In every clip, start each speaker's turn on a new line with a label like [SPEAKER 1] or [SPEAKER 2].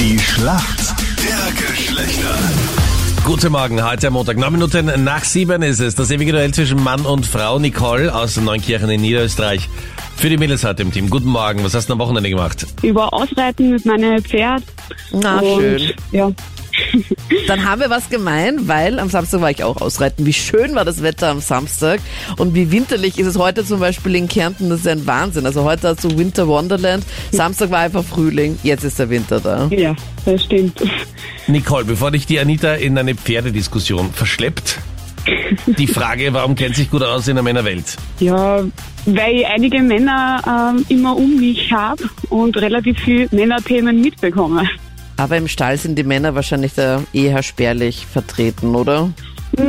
[SPEAKER 1] Schlacht der Geschlechter.
[SPEAKER 2] Guten Morgen, heute am Montag. Neun Minuten nach sieben ist es. Das ewige Duell zwischen Mann und Frau Nicole aus Neunkirchen in Niederösterreich. Für die Mädels heute im Team. Guten Morgen. Was hast du am Wochenende gemacht?
[SPEAKER 3] über Ausreiten mit meinem Pferd.
[SPEAKER 4] Na,
[SPEAKER 3] und
[SPEAKER 4] Ah, schön.
[SPEAKER 3] ja,
[SPEAKER 4] Dann haben wir was gemein, weil am Samstag war ich auch ausreiten. Wie schön war das Wetter am Samstag und wie winterlich ist es heute zum Beispiel in Kärnten. Das ist ein Wahnsinn. Also heute hast du Winter Wonderland. Samstag war einfach Frühling. Jetzt ist der Winter da.
[SPEAKER 3] ja, das stimmt.
[SPEAKER 2] Nicole, bevor dich die Anita in eine Pferdediskussion verschleppt, die Frage, warum kennt sich gut aus in der Männerwelt?
[SPEAKER 3] Ja, weil ich einige Männer ähm, immer um mich habe und relativ viel Männerthemen mitbekomme.
[SPEAKER 4] Aber im Stall sind die Männer wahrscheinlich da eher spärlich vertreten, oder?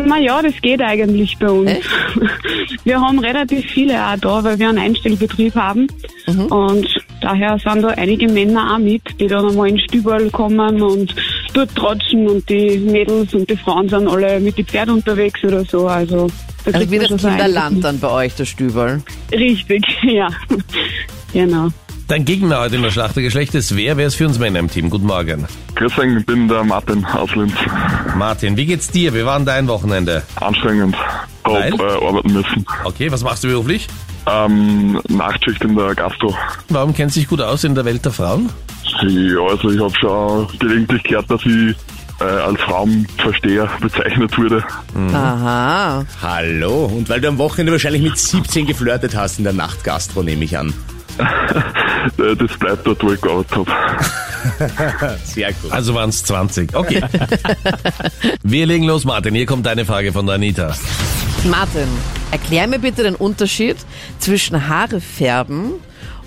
[SPEAKER 3] Naja, das geht eigentlich bei uns.
[SPEAKER 4] Echt?
[SPEAKER 3] Wir haben relativ viele auch da, weil wir einen Einstellbetrieb haben.
[SPEAKER 4] Mhm.
[SPEAKER 3] Und daher sind da einige Männer auch mit, die dann einmal in den Stüberl kommen und dort trotschen und die Mädels und die Frauen sind alle mit den Pferden unterwegs oder so. Also, da kriegt
[SPEAKER 4] Also wie
[SPEAKER 3] man
[SPEAKER 4] das
[SPEAKER 3] schon so einiges
[SPEAKER 4] Kinderland dann bei euch, der Stüberl.
[SPEAKER 3] Richtig, ja. Genau.
[SPEAKER 2] Dein Gegner heute in der Schlacht der Geschlechter ist wer? Wer ist für uns Männer im Team? Guten Morgen.
[SPEAKER 5] Grüß euch, ich bin der Martin aus Linz.
[SPEAKER 2] Martin, wie geht's dir? Wie war denn dein Wochenende?
[SPEAKER 5] Anstrengend. Grob
[SPEAKER 2] Weil?
[SPEAKER 5] äh, arbeiten müssen.
[SPEAKER 2] Okay, was machst du beruflich?
[SPEAKER 5] Ähm, Nachtschicht in der Gastro.
[SPEAKER 2] Warum kennt sich gut aus in der Welt der Frauen?
[SPEAKER 5] Ja, also ich habe schon gelegentlich gehört, dass ich äh, als Frauenversteher bezeichnet wurde.
[SPEAKER 4] Aha.
[SPEAKER 6] Hallo, und weil du am Wochenende wahrscheinlich mit 17 geflirtet hast in der Nachtgastro, nehme ich an.
[SPEAKER 5] Äh, das bleibt dort, wo ich gearbeitet habe.
[SPEAKER 6] Sehr gut.
[SPEAKER 2] Also waren es 20. Okay. Wir legen los, Martin. Hier kommt deine Frage von der Anita.
[SPEAKER 4] Martin, erklär mir bitte den Unterschied zwischen Haare färben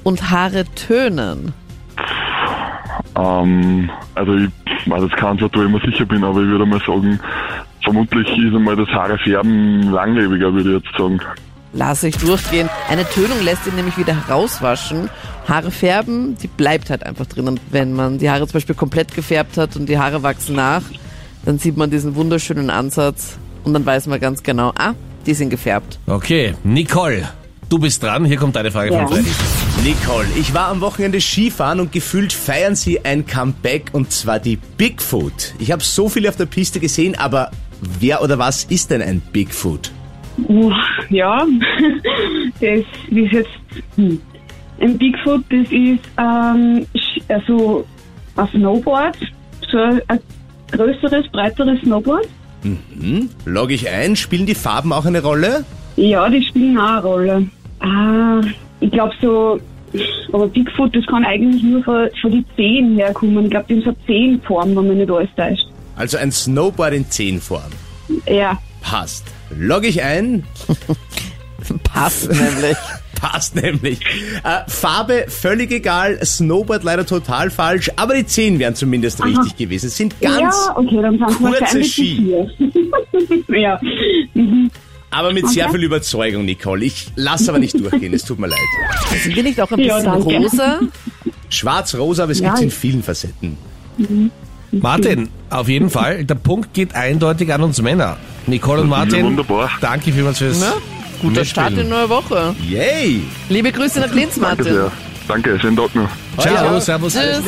[SPEAKER 4] und Haare tönen.
[SPEAKER 5] Ähm, also ich weiß jetzt keins, wo ich mir sicher bin, aber ich würde mal sagen, vermutlich ist einmal das Haare färben langlebiger, würde ich jetzt sagen.
[SPEAKER 4] Lass ich durchgehen. Eine Tönung lässt ihn nämlich wieder herauswaschen. Haare färben, die bleibt halt einfach drinnen. Wenn man die Haare zum Beispiel komplett gefärbt hat und die Haare wachsen nach, dann sieht man diesen wunderschönen Ansatz und dann weiß man ganz genau, ah, die sind gefärbt.
[SPEAKER 2] Okay, Nicole, du bist dran. Hier kommt deine Frage
[SPEAKER 3] Ja.
[SPEAKER 2] von Freddy.
[SPEAKER 6] Also, Nicole, ich war am Wochenende Skifahren und gefühlt feiern sie ein Comeback und zwar die Bigfoot. Ich habe so viele auf der Piste gesehen, aber wer oder was ist denn ein Bigfoot?
[SPEAKER 3] Uh, ja, das ist jetzt hm. ein Bigfoot, das ist ähm, sch- also ein Snowboard, so ein größeres, breiteres Snowboard.
[SPEAKER 6] Log ich ein, spielen die Farben auch eine Rolle?
[SPEAKER 3] Ja, die spielen auch eine Rolle. Ah, ich glaube so, aber Bigfoot, das kann eigentlich nur von, von den Zehen herkommen. Ich glaube, die haben so zehn Formen, wenn man nicht alles täuscht.
[SPEAKER 6] Also ein Snowboard in 10 Form.
[SPEAKER 3] Ja,
[SPEAKER 6] Passt. Log ich ein,
[SPEAKER 4] Passt nämlich.
[SPEAKER 6] passt nämlich. Äh, Farbe völlig egal, Snowboard leider total falsch, aber die 10 wären zumindest richtig gewesen. Es sind ganz
[SPEAKER 3] ja okay, dann sind
[SPEAKER 6] kurze
[SPEAKER 3] wahrscheinlich die vier. ja.
[SPEAKER 6] Aber mit sehr viel Überzeugung, Nicole. Ich lass aber nicht durchgehen, es tut mir leid.
[SPEAKER 4] Sind die nicht auch ein
[SPEAKER 3] Ja,
[SPEAKER 4] bisschen
[SPEAKER 3] danke.
[SPEAKER 4] rosa?
[SPEAKER 6] Schwarz-rosa, aber es gibt's
[SPEAKER 3] Ja.
[SPEAKER 6] in vielen Facetten.
[SPEAKER 2] Martin, auf jeden Fall. Der Punkt geht eindeutig an uns Männer. Nicole und
[SPEAKER 5] Das ist ja
[SPEAKER 2] Martin,
[SPEAKER 5] wunderbar.
[SPEAKER 2] danke vielmals fürs
[SPEAKER 4] Na, guter Start in die
[SPEAKER 2] Mitspielen.
[SPEAKER 4] neue Woche.
[SPEAKER 6] Yay!
[SPEAKER 4] Liebe Grüße nach Linz,
[SPEAKER 5] Danke
[SPEAKER 4] Martin.
[SPEAKER 5] sehr. Danke, schönen Tag noch.
[SPEAKER 2] Ciao, servus.
[SPEAKER 4] Tschüss.